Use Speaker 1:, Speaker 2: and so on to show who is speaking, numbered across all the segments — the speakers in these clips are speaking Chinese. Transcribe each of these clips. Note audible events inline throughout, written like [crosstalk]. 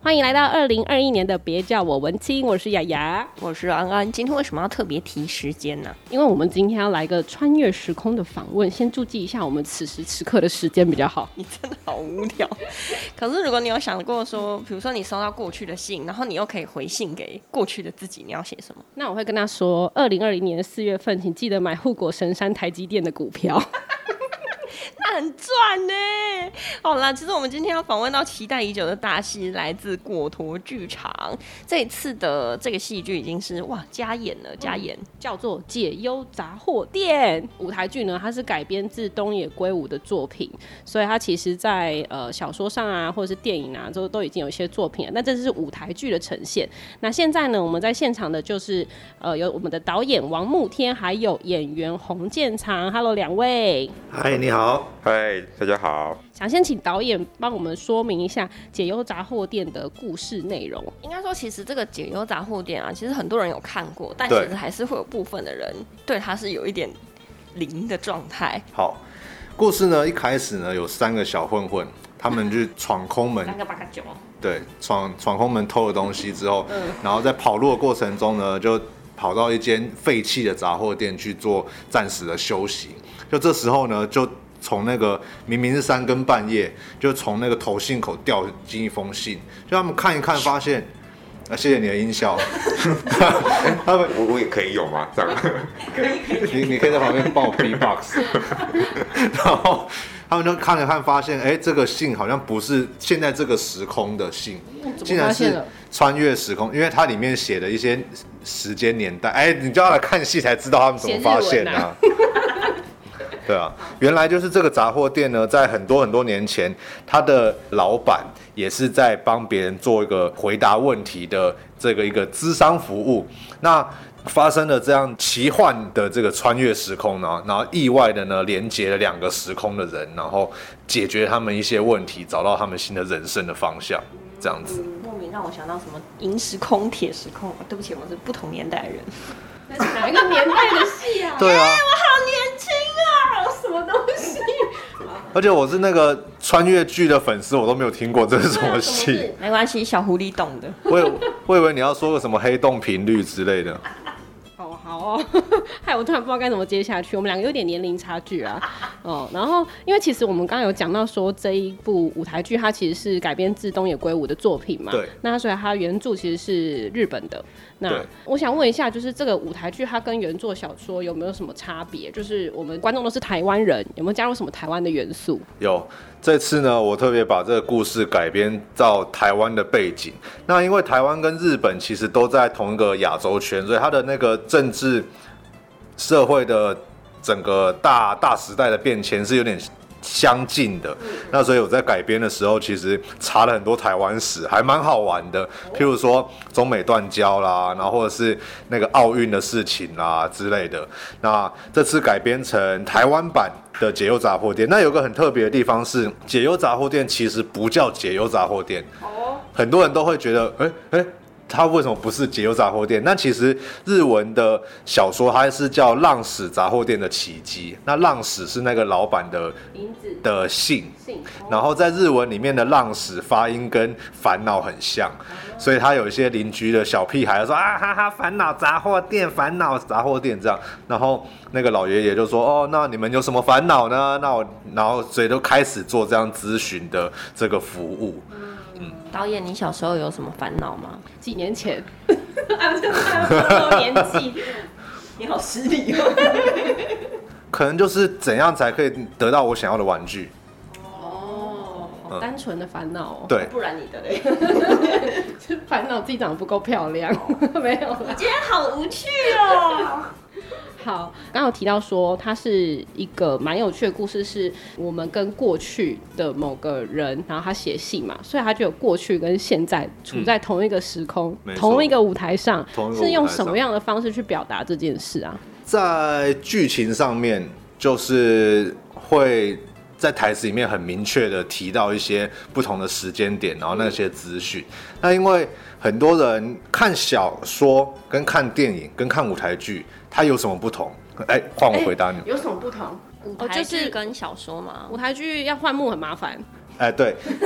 Speaker 1: 欢迎来到二零二一年的别叫我文青，我是雅雅。
Speaker 2: 我是安安。今天为什么要特别提时间呢、
Speaker 1: 因为我们今天要来个穿越时空的访问，先注记一下我们此时此刻的时间比较好。
Speaker 2: 你真的 [laughs] 好无聊。可是如果你有想过说，比如说你收到过去的信，然后你又可以回信给过去的自己，你要写什么？
Speaker 1: 那我会跟他说，二零二零年四月份，请记得买护国神山台积电的股票。
Speaker 2: 那很赚呢、好啦，其实我们今天要访问到期待已久的大戏，来自果陀剧场。这一次的这个戏剧已经是哇加演了，加演。
Speaker 1: 叫做《解忧杂货店》舞台剧呢，它是改编自东野圭吾的作品，所以它其实在呃小说上啊，或者是电影啊，都都已经有一些作品了。那这是舞台剧的呈现。那现在呢，我们在现场的就是呃有我们的导演王慕天，还有演员洪建长，Hello 两位。
Speaker 3: 嗨，你好。
Speaker 4: 嗨，大家好。
Speaker 1: 想先请导演帮我们说明一下《解忧杂货店》的故事内容。
Speaker 2: 应该说，其实这个解忧杂货店啊，其实很多人有看过，但其
Speaker 4: 对
Speaker 2: 实还是会有部分的人对它是有一点零的状态。
Speaker 3: 好，故事呢一开始呢有三个小混混，他们去闯空门
Speaker 2: 三，个八个九，嗯
Speaker 3: 对，闯闯空门偷了东西之
Speaker 2: [laughs]
Speaker 3: 后，然后在跑路的过程中呢，就跑到一间废弃的杂货店去做暂时的休息。就这时候呢，就从那个明明是三更半夜，就从那个投信口掉进一封信，就他们看一看，发现。啊，谢谢你的音效。 [laughs] 他们，
Speaker 4: 我我也可以有吗？这样
Speaker 3: 你你可以在旁边帮我 B box，然后他们就看了看，发现哎、这个信好像不是现在这个时空的信，竟然
Speaker 1: 发现
Speaker 3: 是
Speaker 1: 了
Speaker 3: 穿越时空，因为它里面写的一些时间年代，哎、你就要来看戏才知道他们怎么发现
Speaker 1: 写日文啊
Speaker 3: 啊。 [laughs] 对啊，原来就是这个杂货店呢，在很多很多年前，它的老板也是在帮别人做一个回答问题的这个一个咨商服务。那发生了这样奇幻的这个穿越时空呢，然后意外的呢连接了两个时空的人，然后解决他们一些问题，找到他们新的人生的方向，这样子。
Speaker 2: 莫名让我想到什么银时空、铁时空。对不起，我是不同年代的人。 [laughs]
Speaker 1: 哪一个年代的戏啊？
Speaker 3: 对啊，
Speaker 2: 好年轻啊！
Speaker 1: 什么东西？
Speaker 3: 而且我是那个穿越剧的粉丝，我都没有听过这是什么戏。
Speaker 2: 没关系，小狐狸懂的。
Speaker 3: 我以我以为你要说个什么黑洞频率之类的，
Speaker 1: 好好哦， [laughs] 害我突然不知道该怎么接下去。我们两个有点年龄差距啊，哦，然后因为其实我们刚刚有讲到说这一部舞台剧它其实是改编自东野圭吾的作品嘛，
Speaker 3: 对，
Speaker 1: 那所以它原著其实是日本的。那
Speaker 3: 对
Speaker 1: 我想问一下，就是这个舞台剧它跟原作小说有没有什么差别？就是我们观众都是台湾人，有没有加入什么台湾的元素？
Speaker 3: 有这次呢，我特别把这个故事改编到台湾的背景。那因为台湾跟日本其实都在同一个亚洲圈，所以它的那个政治社会的整个大大时代的变迁是有点相近的。那所以我在改编的时候，其实查了很多台湾史，还蛮好玩的。譬如说中美断交啦，然后或者是那个奥运的事情啦之类的。那这次改编成台湾版的《解忧杂货店》，那有个很特别的地方是，《解忧杂货店》其实不叫《解忧杂货店》，
Speaker 1: 哦
Speaker 3: 很多人都会觉得，哎、哎。它为什么不是解忧杂货店？那其实日文的小说它是叫《浪矢杂货店的奇迹》，那浪矢是那个老板的
Speaker 1: 名字
Speaker 3: 的姓，
Speaker 1: 姓
Speaker 3: 然后在日文里面的浪矢发音跟烦恼很像，所以他有一些邻居的小屁孩说啊哈哈烦恼杂货店，烦恼杂货店这样，然后那个老爷爷就说哦，那你们有什么烦恼呢？那我然后所以都开始做这样咨询的这个服务。
Speaker 2: 导演，你小时候有什么烦恼 [laughs] 吗？
Speaker 1: 几年前，啊，不是，不是年纪。
Speaker 2: 你好失礼哦。
Speaker 3: 可能就是怎样才可以得到我想要的玩具？
Speaker 1: 哦，好单纯的烦恼哦。 [laughs]
Speaker 3: 对，
Speaker 2: 不然你的嘞？
Speaker 1: 就烦恼自己长得不够漂亮， [laughs] 没有啦。
Speaker 2: 今天好无趣哦。
Speaker 1: 好，刚刚有提到说，它是一个蛮有趣的故事，是我们跟过去的某个人，然后他写信嘛，所以他就有过去跟现在处在同一个时空、
Speaker 3: 没错
Speaker 1: 同一个舞台上，
Speaker 3: 同一个舞台上
Speaker 1: 是用什么样的方式去表达这件事啊？
Speaker 3: 在剧情上面就是会在台词里面很明确的提到一些不同的时间点，然后那些资讯。那因为很多人看小说、跟看电影、跟看舞台剧，它有什么不同？哎，换我回答你。
Speaker 1: 有什么不同？
Speaker 2: 舞
Speaker 1: 哦
Speaker 2: 台
Speaker 1: 就是
Speaker 2: 剧跟小说嘛，
Speaker 1: 舞台剧要换幕很麻烦，
Speaker 3: 哎，对， [laughs]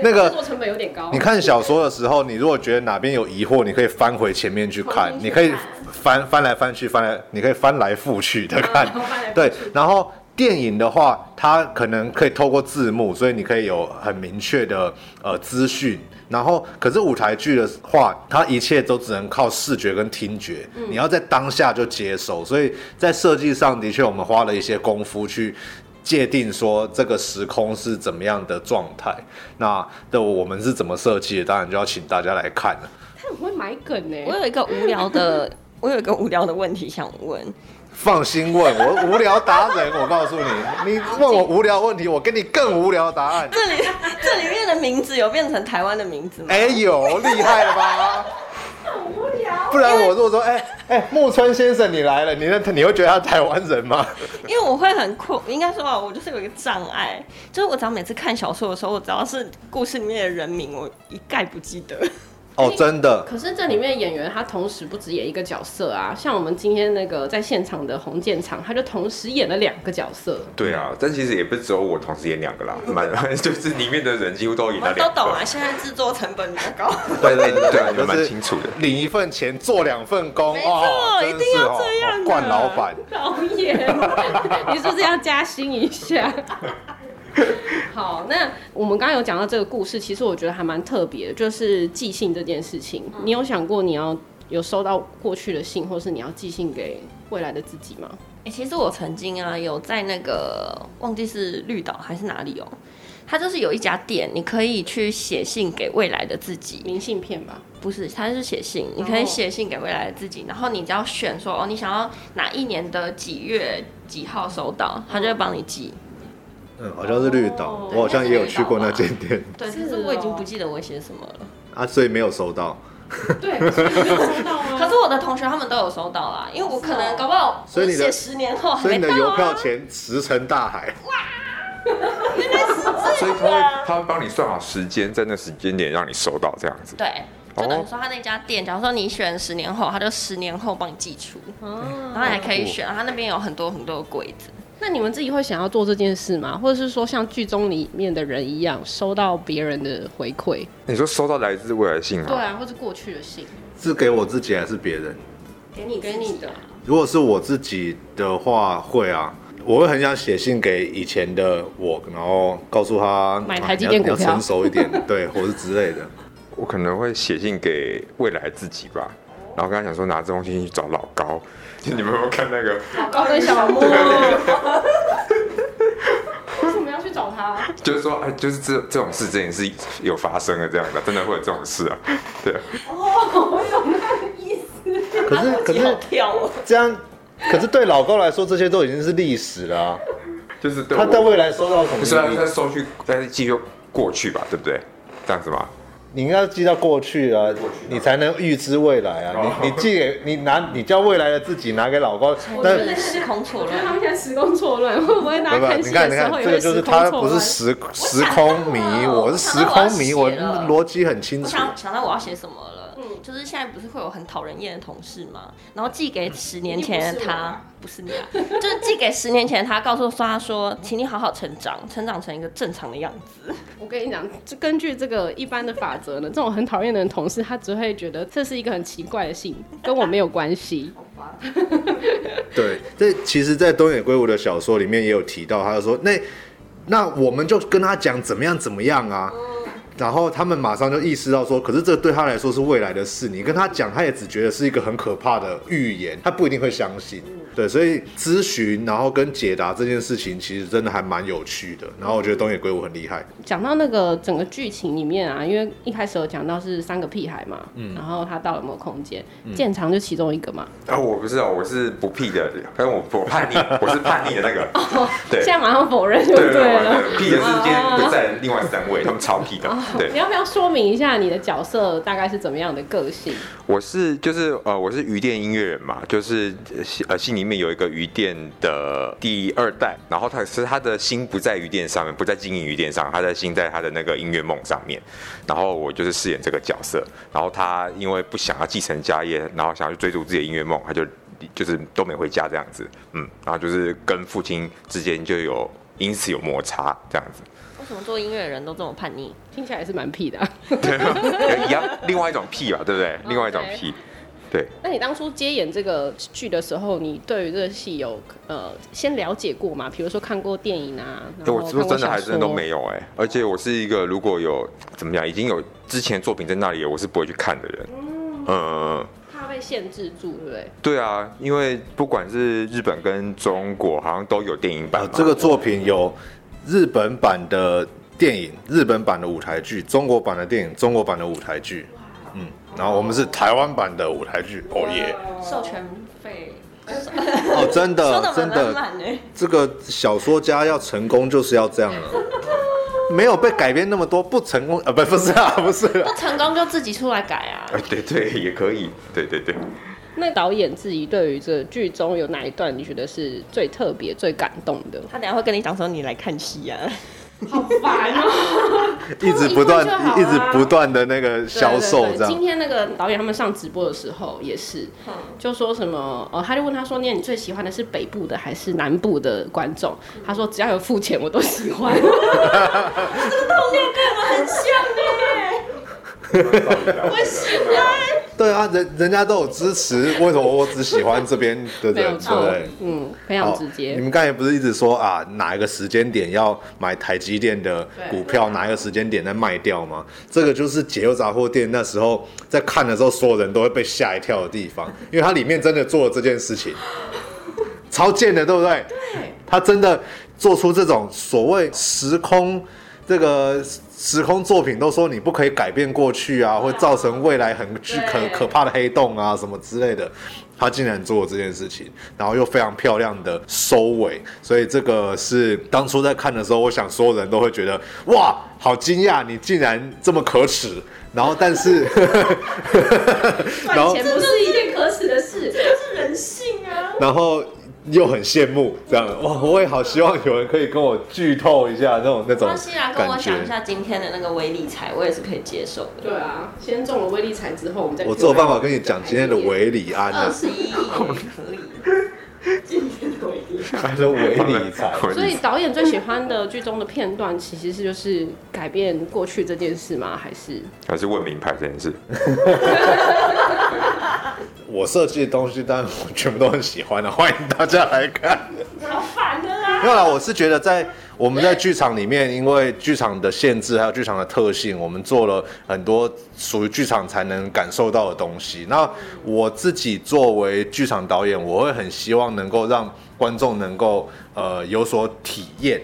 Speaker 3: 那个
Speaker 1: 制作成本有点高
Speaker 3: 你。看小说的时候，你如果觉得哪边有疑惑，你可以翻回前面去看，你可以翻翻来翻去，翻来，你可以翻来覆去的看。对，然后电影的话，它可能可以透过字幕，所以你可以有很明确的呃资讯。然后，可是舞台剧的话，它一切都只能靠视觉跟听觉，你要在当下就接收。所以在设计上的确，我们花了一些功夫去界定说这个时空是怎么样的状态。那的我们是怎么设计的？当然就要请大家来看了。
Speaker 1: 他很会买梗呢、
Speaker 2: 我有一个无聊的， [laughs] 我有一个无聊的问题想问，
Speaker 3: 放心问我无聊达人，我告诉你，你问我无聊问题，我给你更无聊答案。
Speaker 2: 这里这里面的名字有变成台湾的名字吗？
Speaker 3: 哎呦，厉害了吧？不然我如果说，哎哎，木村先生你来了，你那你会觉得他台湾人吗？
Speaker 2: 因为我会很困，应该说啊，我就是有一个障碍，就是我只要每次看小说的时候，我只要是故事里面的人名，我一概不记得。
Speaker 3: 哦，真的，
Speaker 1: 可是这里面演员他同时不止演一个角色啊，像我们今天那个在现场的洪建长，他就同时演了两个角色。
Speaker 4: 对啊，但其实也不只有我同时演两个啦，蛮 [laughs] 就是里面的人几乎都演
Speaker 2: 我
Speaker 4: 了
Speaker 2: 们都
Speaker 4: 两
Speaker 2: 懂
Speaker 4: 个
Speaker 2: 啊，。现在制作成本比较 [laughs] 高，
Speaker 4: [laughs] 对对对，
Speaker 3: 就
Speaker 4: 对
Speaker 3: 是
Speaker 4: 蛮清楚的。
Speaker 3: 领一份钱做两份工，
Speaker 2: 没错
Speaker 3: 哦，真
Speaker 2: 一定要
Speaker 3: 是哦
Speaker 2: 这样的
Speaker 3: 哦惯老板。
Speaker 1: [laughs] 导演，你是不是要加薪一 [laughs] 下？好，那我们刚刚有讲到这个故事，其实我觉得还蛮特别的，就是寄信这件事情。你有想过你要有收到过去的信，或是你要寄信给未来的自己吗？
Speaker 2: 欸，其实我曾经啊，有在那个忘记是绿岛还是哪里哦，它就是有一家店，你可以去写信给未来的自己，
Speaker 1: 明信片吧，
Speaker 2: 不是，它是写信，你可以写信给未来的自己，然后你只要选说哦，你想要哪一年的几月几号收到，它就会帮你寄。
Speaker 3: 嗯，好像是绿岛
Speaker 1: 哦，
Speaker 3: 我好像也有去过那间店
Speaker 2: 对，
Speaker 1: 是
Speaker 2: 但是我已经
Speaker 1: 哦
Speaker 2: 不记得我写什么了。
Speaker 3: 啊，所以没有收到。
Speaker 2: 哦
Speaker 1: 对，你有收到吗
Speaker 2: 可是我的同学他们都有收到啦，因为我可能搞不好
Speaker 3: 所以
Speaker 2: 我
Speaker 3: 你的
Speaker 2: 写十年后还
Speaker 3: 所以
Speaker 2: 没
Speaker 3: 你的
Speaker 2: 到
Speaker 3: 邮票
Speaker 2: 啊。
Speaker 3: 钱石沉大海。
Speaker 4: 所以他会他会帮你算好时间，在那时间点让你收到这样子。
Speaker 2: 对，
Speaker 3: 哦
Speaker 2: 就等于说他那家店，假如说你选十年后，他就十年后帮你寄出，然后你还可以选，他那边有很多很多的柜子。
Speaker 1: [laughs] 那你们自己会想要做这件事吗？或者是说像剧中里面的人一样，收到别人的回馈？
Speaker 4: 你说收到来自未来信吗？
Speaker 1: 对啊，或是过去的信，
Speaker 3: 是给我自己还是别人？
Speaker 2: 给你
Speaker 1: 给你的，
Speaker 3: 如果是我自己的话，会啊，我会很想写信给以前的我，然后告诉他
Speaker 1: 买
Speaker 3: 啊
Speaker 1: 台积电
Speaker 3: 你要
Speaker 1: 股票
Speaker 3: 你要成熟一点，对，或是之类
Speaker 1: [laughs]
Speaker 3: 的。
Speaker 4: 我可能会写信给未来自己吧，然后跟他讲说拿这封信去找老高。就你们有没有看那个？
Speaker 1: 高跟小莫，为什么要去找他？
Speaker 4: 就是说，哎，就是这这种事情是有发生的，这样的，真的会有这种事啊。对，
Speaker 1: 哦
Speaker 3: 可是可
Speaker 2: 好
Speaker 3: 是
Speaker 2: 跳哦。
Speaker 3: 这样，可是对老高来说，这些都已经是历史了啊、
Speaker 4: 就是对
Speaker 3: 他
Speaker 4: 我
Speaker 3: 在未来收到什
Speaker 4: 虽然
Speaker 3: 么
Speaker 4: 在？收去，但是继续过去吧，对不对？这样子吗？
Speaker 3: 你应该要寄到过去啊，你才能预知未来啊。你你寄给你拿，你叫未来的自己拿给老高，
Speaker 2: 我
Speaker 3: 但
Speaker 2: 觉得失控错
Speaker 1: 他
Speaker 2: 乱，
Speaker 1: 们现在时空错乱， [laughs] 会不会拿
Speaker 3: 不不，
Speaker 1: 看
Speaker 3: 你
Speaker 1: 戏
Speaker 3: 看，
Speaker 1: 的
Speaker 3: 你
Speaker 1: 时
Speaker 3: 看
Speaker 1: 候，也
Speaker 3: 这
Speaker 1: 会
Speaker 3: 个就是
Speaker 1: 时空
Speaker 3: 他
Speaker 1: 错乱？
Speaker 3: 不是时时空
Speaker 1: [laughs]
Speaker 3: 迷，我是时空迷，我逻辑很清
Speaker 2: 我
Speaker 3: 楚。
Speaker 2: 想想到我要写什么了。
Speaker 1: 嗯
Speaker 2: 就是现在不是会有很讨人厌的同事吗？然后寄给
Speaker 3: 嗯
Speaker 2: 十年前的他，不是你啊，就是寄给十年前的他，告诉他说，请你好好成长，成长成一个正常的样子。
Speaker 1: 我跟你讲，就根据这个一般的法则呢，这种很讨厌的人同事，他只会觉得这是一个很奇怪的信，跟我没有关系。
Speaker 3: 对， [laughs] 这其实，在东野圭吾的小说里面也有提到，他就说那那我们就跟他讲怎么样怎么样啊。然后他们马上就意识到说，可是这对他来说是未来的事，你跟他讲，他也只觉得是一个很可怕的预言，他不一定会相信。对，所以咨询然后跟解答这件事情，其实真的还蛮有趣的。然后我觉得东野圭吾很厉害，
Speaker 1: 讲到那个整个剧情里面啊，因为一开始有讲到是三个屁孩嘛，
Speaker 3: 嗯
Speaker 1: 然后他到了某空间，建长就其中一个嘛，
Speaker 4: 啊，我不是哦，我是不屁的，但我我叛逆，我是叛逆的那个。对
Speaker 1: 哦现在马上否认就
Speaker 4: 对对对
Speaker 1: 了。哦
Speaker 4: 对，屁的是今天不在的另外三位，他们超屁的。对
Speaker 1: 你要不要说明一下你的角色大概是怎么样的个性？
Speaker 4: 我是就是呃，我是鱼店音乐人嘛，就是呃戏呃戏里面有一个鱼店的第二代，然后他是他的心不在鱼店上面，不在经营鱼店上，他的心在他的那个音乐梦上面。然后我就是饰演这个角色，然后他因为不想要继承家业，然后想要去追逐自己的音乐梦，他就就是都没回家这样子，嗯，然后就是跟父亲之间就有因此有摩擦这样子。
Speaker 2: 为什么做音乐的人都这么叛逆？
Speaker 1: 听起来也是蛮屁的啊、
Speaker 4: 对，一样，另外一种屁吧，对不对？另外一种屁，对。
Speaker 1: [laughs] 那你当初接演这个剧的时候，你对于这个戏有呃先了解过吗？比如说看过电影啊，然
Speaker 4: 欸
Speaker 1: 后
Speaker 4: 我
Speaker 1: 看
Speaker 4: 说
Speaker 1: 过
Speaker 4: 真的还
Speaker 1: 小
Speaker 4: 真的都
Speaker 1: 说
Speaker 4: 没有哎、而且我是一个如果有怎么讲，已经有之前作品在那里，我是不会去看的人。嗯嗯，嗯
Speaker 1: 怕被限制住，对不对？
Speaker 4: 对啊，因为不管是日本跟中国，好像都有电影版
Speaker 3: 呃
Speaker 4: 嘛、，
Speaker 3: 这个作品有日本版的电影、日本版的舞台剧、中国版的电影、中国版的舞台剧，嗯，然后我们是台湾版的舞台剧，哦耶！
Speaker 2: 授权费 [laughs]
Speaker 3: 哦，真
Speaker 2: 收
Speaker 3: 的
Speaker 2: 的
Speaker 3: 真
Speaker 2: 蛮浪
Speaker 3: 的，
Speaker 2: 漫呢。
Speaker 3: 这个小说家要成功就是要这样了，没有被改编那么多，不
Speaker 1: [laughs]
Speaker 3: 成功啊，不不是啊，不是啊，
Speaker 2: 不成功就自己出来改啊。
Speaker 4: 哎对对也可以，对对对。
Speaker 1: 那导演自己对于这个剧中有哪一段你觉得是最特别、最感动的？
Speaker 2: 他等一下会跟你讲说你来看戏啊，
Speaker 1: 好烦哦、
Speaker 3: 一直不断
Speaker 1: 一部就好啊
Speaker 3: 一直不断的那个销售
Speaker 1: 对对对
Speaker 3: 这
Speaker 1: 今
Speaker 3: 样，
Speaker 1: 天那个导演他们上直播的时候也是，就说什么呃，他就问他说：“念你最喜欢的是北部的还是南部的观众？”他说：“只要有付钱我都喜欢。
Speaker 3: [laughs]
Speaker 2: 很像哎，
Speaker 4: 我
Speaker 2: 喜欢。
Speaker 3: 对啊，人人家都有支持，为什么我只喜欢这边的
Speaker 1: 没有
Speaker 3: 人？对
Speaker 1: 错
Speaker 3: 不对？”
Speaker 1: 嗯，非
Speaker 3: 好，
Speaker 1: 常直接。
Speaker 3: 哦你们刚才不是一直说啊，哪一个时间点要买台积电的股票，哪一个时间点再卖掉吗？这个就是解忧杂货店那时候在看的时候，所有人都会被吓一跳的地方，因为它里面真的做了这件事情，超贱的，对不对？他真的做出这种所谓时空。这个时空作品都说你不可以改变过去啊，会造成未来很巨可
Speaker 1: 对
Speaker 3: 可怕的黑洞啊什么之类的。他竟然做了这件事情，然后又非常漂亮的收尾，所以这个是当初在看的时候，我想所有人都会觉得哇，好惊讶，你竟然这么可耻。然后，但是， [laughs] 然后
Speaker 1: 钱不是一件可耻的事，
Speaker 2: 是人性啊。
Speaker 3: 然后又很羡慕这样，哇，我也好希望有人可以跟我剧透一下那种那种
Speaker 2: 那西啊然跟我
Speaker 3: 感觉
Speaker 2: 讲一。下今天的那个微理财，我也是可以接受的。
Speaker 1: 对啊，先中了威力彩之后，我们再
Speaker 3: 我只有办法跟你讲今天
Speaker 1: [laughs]
Speaker 3: 的维里安啊
Speaker 2: 二
Speaker 3: 的，
Speaker 2: 十一
Speaker 3: [laughs]
Speaker 2: 可以。今天的微理财
Speaker 3: 他说维里财，
Speaker 1: 所以导演最喜欢的剧中的片段，其实是就是改变过去这件事吗？还是
Speaker 4: 还是问名牌这件事，
Speaker 3: 我设计的东西，当然我全部都很喜欢的、啊欢迎大家来看。
Speaker 2: 好烦的啊啦。
Speaker 3: 没有啦，我是觉得在我们在剧场里面，因为剧场的限制还有剧场的特性，我们做了很多属于剧场才能感受到的东西。那我自己作为剧场导演，我会很希望能够让观众能够呃有所体验，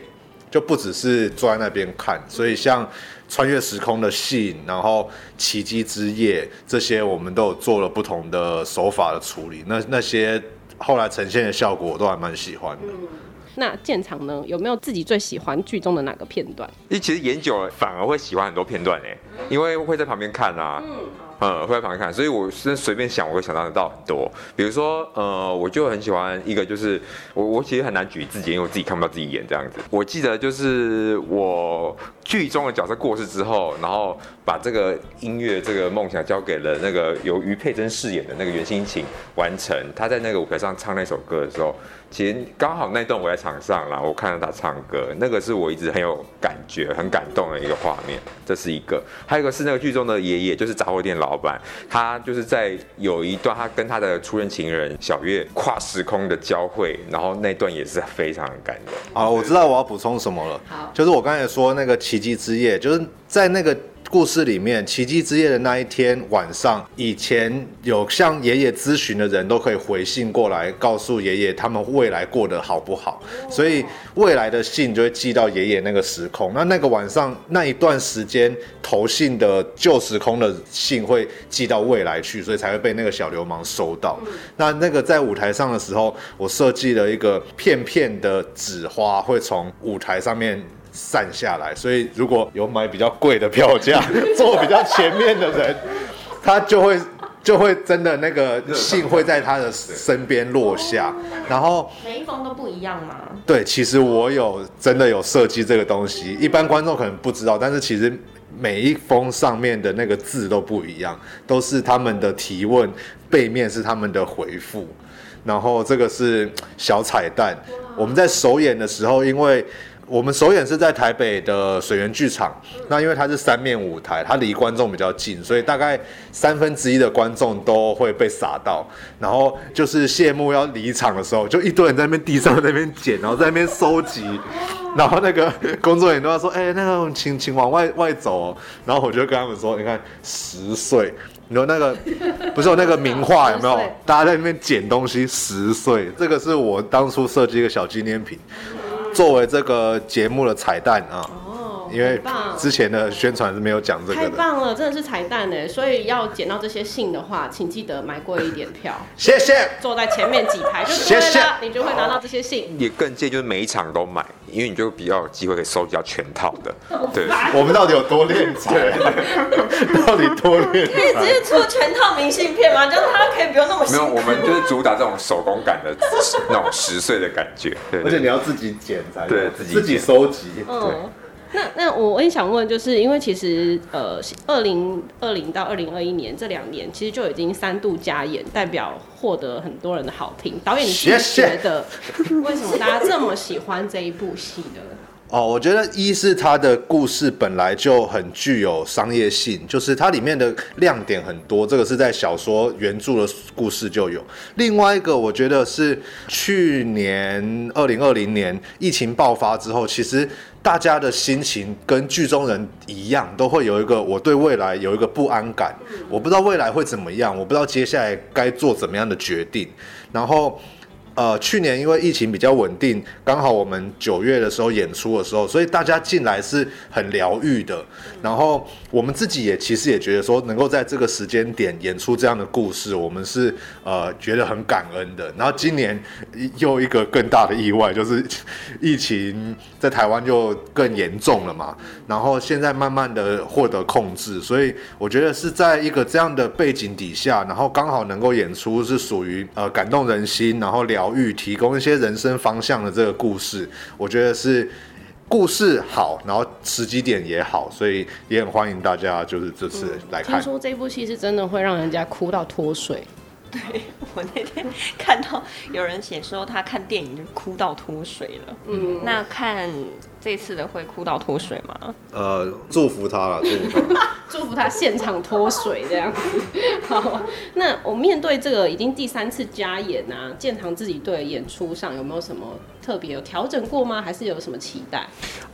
Speaker 3: 就不只是坐在那边看。所以像穿越时空的戏，然后奇迹之夜这些，我们都有做了不同的手法的处理。那那些后来呈现的效果，我都还蛮喜欢的。
Speaker 1: 那建厂呢？有没有自己最喜欢剧中的哪个片段？
Speaker 4: 因为其实演久了反而会喜欢很多片段哎、因为会在旁边看啊，嗯，会在旁边看，所以我是随便想，我会想到得到很多。比如说，呃，我就很喜欢一个，就是我我其实很难举自己，因为我自己看不到自己演这样子。我记得就是我剧中的角色过世之后，然后把这个音乐这个梦想交给了那个由于佩珍饰演的那个袁心晴完成。她在那个舞台上唱那首歌的时候，其实刚好那段我在场上啦，我看到她唱歌，那个是我一直很有感觉、很感动的一个画面。这是一个，还有一个是那个剧中的爷爷，就是杂货店老板，他就是在有一段他跟他的初任情人小月跨时空的交汇，然后那段也是非常感人。
Speaker 3: 好，我知道我要补充什么了。
Speaker 1: 好
Speaker 3: 就是我刚才说那个奇迹之夜，就是在那个故事里面，奇迹之夜的那一天晚上，以前有向爷爷咨询的人都可以回信过来，告诉爷爷他们未来过得好不好。所以未来的信就会寄到爷爷那个时空。那那个晚上那一段时间投信的旧时空的信会寄到未来去，所以才会被那个小流氓收到。那那个在舞台上的时候，我设计了一个片片的纸花会从舞台上面散下来，所以如果有买比较贵的票价，坐比较前面的人，他就会就会真的那个信会在他的身边落下，然后。
Speaker 2: 每一封都不一样 [laughs] 嘛。
Speaker 3: 对，其实我有真的有设计这个东西，一般观众可能不知道，但是其实每一封上面的那个字都不一样，都是他们的提问，背面是他们的回复，然后这个是小彩蛋。我们在首演的时候，因为我们首演是在台北的水源剧场，那因为它是三面舞台，它离观众比较近，所以大概三分之一的观众都会被撒到。然后就是谢幕要离场的时候，就一堆人在那边地上在那边捡，然后在那边收集。然后那个工作人员都要说：“哎、那个请请往外外走、哦。”然后我就跟他们说：“你看，十岁，你说那个 [laughs] 不是有那个名画有没有
Speaker 1: 10岁？
Speaker 3: 大家在那边捡东西，十岁，这个是我当初设计一个小纪念品，作为这个节目的彩蛋啊。
Speaker 1: 哦
Speaker 3: 因为
Speaker 1: 很棒
Speaker 3: 之前的宣传是没有讲这
Speaker 1: 太
Speaker 3: 个的。
Speaker 1: 棒了，真的是彩蛋哎！所以要捡到这些信的话，请记得买贵一点票，
Speaker 3: 谢谢。
Speaker 1: 坐在前面几排就
Speaker 3: 谢
Speaker 1: 对
Speaker 3: 谢
Speaker 1: 了，你就会拿到这些信。
Speaker 4: 也更建议就是每一场都买，因为你就比较有机会可以收集到全套的。对，
Speaker 3: 我们到底有多练才？
Speaker 1: [laughs]
Speaker 3: 到底多练
Speaker 2: 可以直接出全套明信片吗？就是他可以不用那么
Speaker 4: 没
Speaker 2: 辛
Speaker 4: 有，
Speaker 2: 苦。
Speaker 4: 我们就是主打这种手工感的那种十岁的感觉。对，
Speaker 3: 而
Speaker 4: 对
Speaker 3: 且你要自己剪才有
Speaker 4: 对自己剪
Speaker 3: 自己收集。
Speaker 1: 嗯，那那我也想问，就是因为其实呃，二零二零到二零二一年这两年，其实就已经三度加演，代表获得很多人的好评。导演，你是
Speaker 3: 谢谢
Speaker 1: 觉得为什么大家这么喜欢这一部戏呢？
Speaker 3: 哦，我觉得一是它的故事本来就很具有商业性，就是它里面的亮点很多，这个是在小说原著的故事就有。另外一个，我觉得是去年二零二零年疫情爆发之后，其实大家的心情跟剧中人一样，都会有一个我对未来有一个不安感，我不知道未来会怎么样，我不知道接下来该做怎么样的决定，然后。呃，去年因为疫情比较稳定，刚好我们九月的时候演出的时候，所以大家进来是很疗愈的。然后我们自己也其实也觉得说，能够在这个时间点演出这样的故事，我们是呃觉得很感恩的。然后今年又一个更大的意外，就是疫情在台湾就更严重了嘛。然后现在慢慢的获得控制，所以我觉得是在一个这样的背景底下，然后刚好能够演出是属于呃感动人心，然后疗愈，提供一些人生方向的这个故事，我觉得是故事好，然后时机点也好，所以也很欢迎大家就是这次来
Speaker 1: 听
Speaker 3: 看。
Speaker 1: 说这部戏是真的会让人家哭到脱水，
Speaker 2: [laughs] 我那天看到有人写说他看电影就哭到脱水了，嗯，那看这次的会哭到脱水吗？
Speaker 3: 呃，祝福他了，祝 [laughs] 福他。
Speaker 1: 祝福他现场脱水这样子。好，那我面对这个已经第三次加演啊，建堂自己对演出上有没有什么特别有调整过吗？还是有什么期待？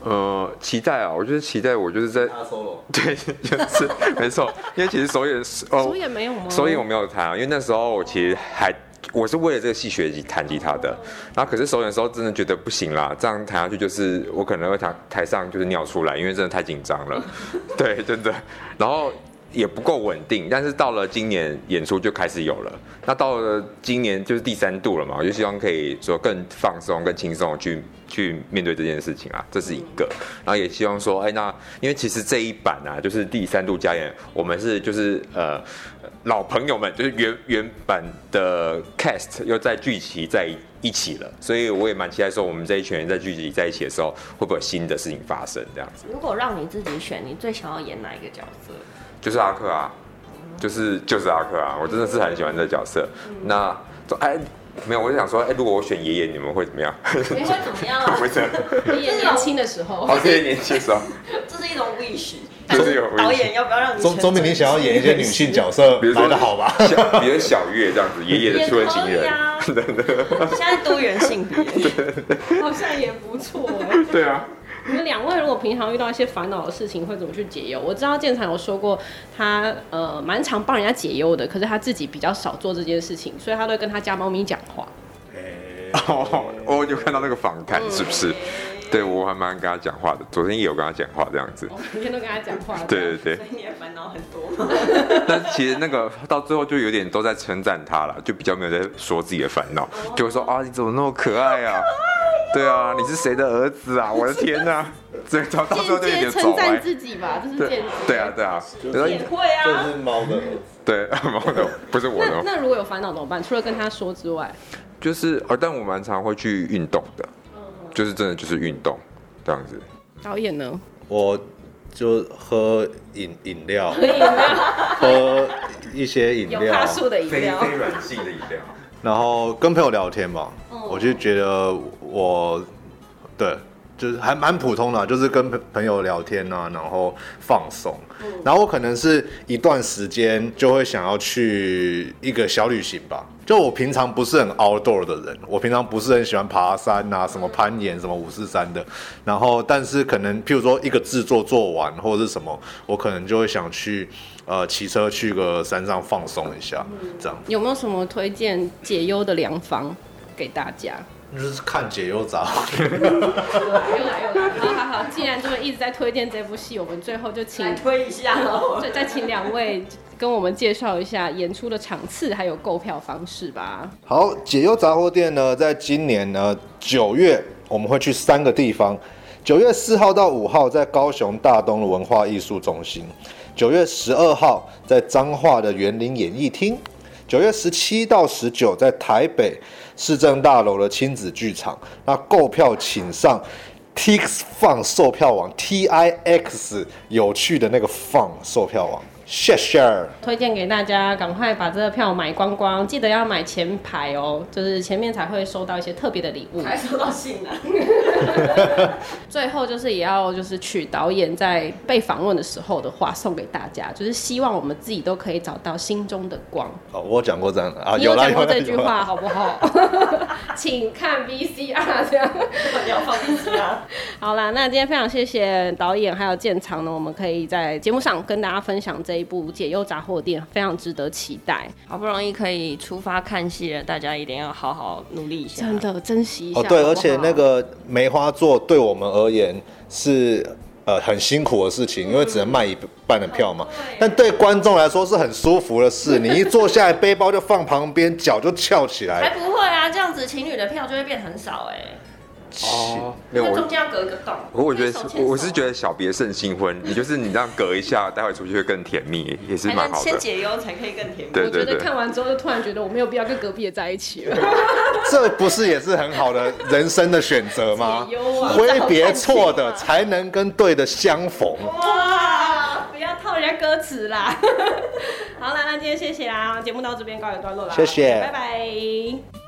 Speaker 4: 呃，期待啊，我就是期待，我就是在 [laughs] 对，就是没错，因为其实首演是哦
Speaker 1: 所以也没有吗？
Speaker 4: 所以我没有弹啊，因为那时候我其实还我是为了这个戏学吉弹吉他的，然后可是首演的时候真的觉得不行啦，这样弹下去就是我可能会台台上就是尿出来，因为真的太紧张了， [laughs] 对，真的，然后。也不够稳定，但是到了今年演出就开始有了。那到了今年就是第三度了嘛，我就希望可以说更放松、更轻松地去去面对这件事情啊，这是一个。然后也希望说，哎，那因为其实这一版啊，就是第三度加演，我们是就是呃老朋友们，就是原原版的 cast 又再聚集在一起了，所以我也蛮期待说，我们这一群人在聚集在一起的时候，会不会有新的事情发生？这样子，
Speaker 2: 如果让你自己选，你最想要演哪一个角
Speaker 3: [laughs]
Speaker 2: 色？
Speaker 4: 就是阿克啊，就是就是阿克啊，我真的是很喜欢这个角色。那哎，没有，我就想说，哎，如果我选爷爷，你们会怎么样？
Speaker 2: 你会怎么样啊？
Speaker 4: 不是，
Speaker 1: 你也年轻的时候，
Speaker 4: 好，这些哦年轻的时候，
Speaker 2: 这是一种 wish，
Speaker 4: 就是有 wish
Speaker 2: 导演要不要让你
Speaker 3: 钟
Speaker 2: 选
Speaker 3: 钟明，你想要演一些女性角 [laughs] 色，
Speaker 4: 比如说
Speaker 3: 来的好吧？
Speaker 4: 小比如小月这样子，爷爷的初恋情
Speaker 2: 也可以
Speaker 4: 人，
Speaker 3: [laughs]
Speaker 2: 啊现在多元性 [laughs] 别，
Speaker 1: 好像也不
Speaker 2: [laughs]
Speaker 1: 错哎、
Speaker 4: 对啊， [laughs]
Speaker 1: 你们两位如果平常遇到一些烦恼的事情，会怎么去解忧？我知道建常有说过他呃蛮常帮人家解忧的，可是他自己比较少做这件事情，所以他都会跟他家猫咪讲话。
Speaker 4: 哦，我有看到那个访谈，是不是？对，我还蛮跟他讲话的，昨天也有跟他讲话这样子。
Speaker 1: 哦，每天都跟他讲话。
Speaker 4: [laughs] 对对对
Speaker 2: 所，以你也烦恼很多吗？
Speaker 4: 但其实那个到最后就有点都在称赞他了，就比较没有在说自己的烦恼，
Speaker 1: 哦
Speaker 4: 就会说啊你怎么那么可爱啊？对啊，你是谁的儿子啊？我的天呐、最到到最后就
Speaker 1: 间
Speaker 4: 有
Speaker 1: 接
Speaker 4: 点走
Speaker 1: 称
Speaker 4: 歪
Speaker 1: 赞。自己吧，这是间
Speaker 4: 对
Speaker 1: 接。
Speaker 4: 对啊，对啊，
Speaker 2: [laughs] 也会
Speaker 3: 这
Speaker 2: 啊，
Speaker 3: 是猫的儿子，
Speaker 4: 对， [laughs] 猫的不是我
Speaker 1: 那
Speaker 4: 的，哦
Speaker 1: 那如果有烦恼怎么办？除了跟他说之外，
Speaker 4: 就是呃，但我蛮常会去运动的，
Speaker 1: 嗯
Speaker 4: 就是真的就是运动这样子。
Speaker 1: 导演呢？
Speaker 3: 我就喝饮饮料， [laughs] 喝一些饮
Speaker 1: 有
Speaker 3: 料
Speaker 1: 咖，数的饮料，
Speaker 4: 软性的饮料，
Speaker 3: 然后跟朋友聊天吧。我就觉得我对，就是还蛮普通的啊、就是跟朋朋友聊天啊，然后放松。然后我可能是一段时间就会想要去一个小旅行吧。就我平常不是很 outdoor 的人，我平常不是很喜欢爬山啊、什么攀岩、什么五四三的。然后，但是可能譬如说一个制作做完或者是什么，我可能就会想去呃骑车去个山上放松一下，这样。
Speaker 1: 有没有什么推荐解忧的良方给大家？
Speaker 3: 就是看解忧杂货。
Speaker 1: 又来又来，好好好，既然这么一直在推荐这部戏，我们最后就请
Speaker 2: 来 [laughs] 推一下喽。
Speaker 1: 再再请两位跟我们介绍一下演出的场次还有购票方式吧。
Speaker 3: 好，解忧杂货店呢，在今年呢九月，我们会去三个地方。九月四号到五号在高雄大东的文化艺术中心，九月十二号在彰化的园林演艺厅，九月十七到十九在台北市政大楼的亲子剧场。那购票请上 Tix Fun 售票网 T I X 有趣的那个 Fun 售票网，谢谢。
Speaker 1: 推荐给大家，赶快把这个票买光光，记得要买前排哦，就是前面才会收到一些特别的礼物。
Speaker 2: 还收到信了，
Speaker 1: 最后就是也要就是取导演在被访问的时候的话送给大家，就是希望我们自己都可以找到心中的光。
Speaker 3: 哦，我有讲过这样的啊，
Speaker 1: 你
Speaker 3: 有啦
Speaker 1: 讲
Speaker 3: 有
Speaker 1: 过
Speaker 3: 啦
Speaker 1: 这
Speaker 3: 有
Speaker 1: 句
Speaker 3: 啦
Speaker 1: 话好不好？ [laughs] 请看 VCR 这样。
Speaker 2: 你要放进去啊。
Speaker 1: 好啦，那今天非常谢谢导演还有建长呢，我们可以在节目上跟大家分享这一部《解忧杂货店》，非常值得期待，
Speaker 2: [laughs] 好不容易可以出发看戏了，大家一定要好好努力一下。
Speaker 1: 真的珍惜一下
Speaker 3: 哦，对，
Speaker 1: 好不好
Speaker 3: 而且那个梅花座对我们而言是呃很辛苦的事情，因为只能卖一半的票嘛。
Speaker 1: 嗯
Speaker 3: 但对观众来说是很舒服的事，你一坐下来，背包就放旁边，脚就翘起
Speaker 2: 才
Speaker 3: 来。
Speaker 2: 不会啊！这样子情侣的票就会变很少哎、
Speaker 4: 哦， [laughs] 没
Speaker 2: 因
Speaker 4: 有
Speaker 2: 为
Speaker 4: 我
Speaker 2: 中间要隔一个洞。
Speaker 4: 可我觉得
Speaker 2: 可以手
Speaker 4: 是
Speaker 2: 牵手
Speaker 4: 我
Speaker 1: 啊
Speaker 4: 是觉得小别胜新婚，你就是你这样隔一下，待会出去会更甜蜜，也是
Speaker 1: 哎
Speaker 2: 还
Speaker 4: 蛮
Speaker 2: 能
Speaker 4: 好
Speaker 2: 先
Speaker 4: 的。
Speaker 2: 解忧才可以更甜蜜。
Speaker 4: 对
Speaker 1: 我觉
Speaker 4: 对
Speaker 1: 得
Speaker 4: 对，
Speaker 1: 看完之后，就突然觉得我没有必要跟隔壁的在一起了。
Speaker 3: 这不是也是很好的人生的选择吗
Speaker 1: 解忧啊？
Speaker 3: 挥别错的，才能跟对的相逢。
Speaker 1: 哇，不要套人家歌词啦！ [laughs] 啊好啦，那今天谢谢啦，节目到这边告一段落啦，
Speaker 3: 谢谢
Speaker 1: 拜拜。